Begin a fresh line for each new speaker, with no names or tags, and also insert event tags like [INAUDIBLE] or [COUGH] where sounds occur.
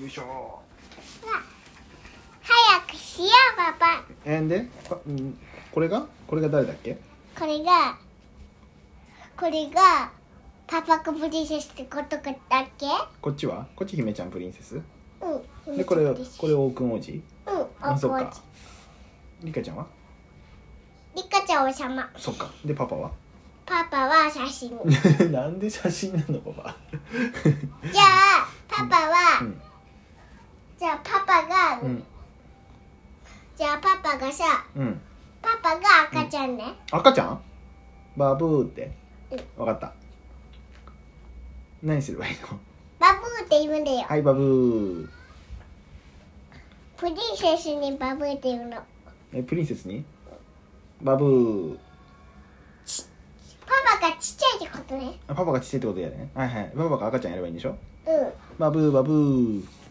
よいしょ
早くしようパパ
えんでこんこれがこれが誰だっけ
これがこれがパパコプリンセスってことだっけ
こっちはこっち姫ちゃんプリンセス
うん
でこれ
う
は
ん
これ王くん王子あ
あ
そ
そうう
か
か
リカちゃんは
リカちゃん王様
そっかでパパ [LAUGHS] は
パパは写真じ
なんで写真なのパパ
ゃあパパは、
うん
じゃあパパが、
うん
じゃあパパがさ
うん
パパが赤ちゃんね、
赤ちゃんバブーってわかった何すればいいの
バブーって言うんだよ
はいバブー
プリンセスにバブーって言うの
えプリンセスにバブー
パパがちっちゃいってことね
あパパがちっちゃいってことやねはいはいパパが赤ちゃんやればいいんでしょ
うん
バブーバブー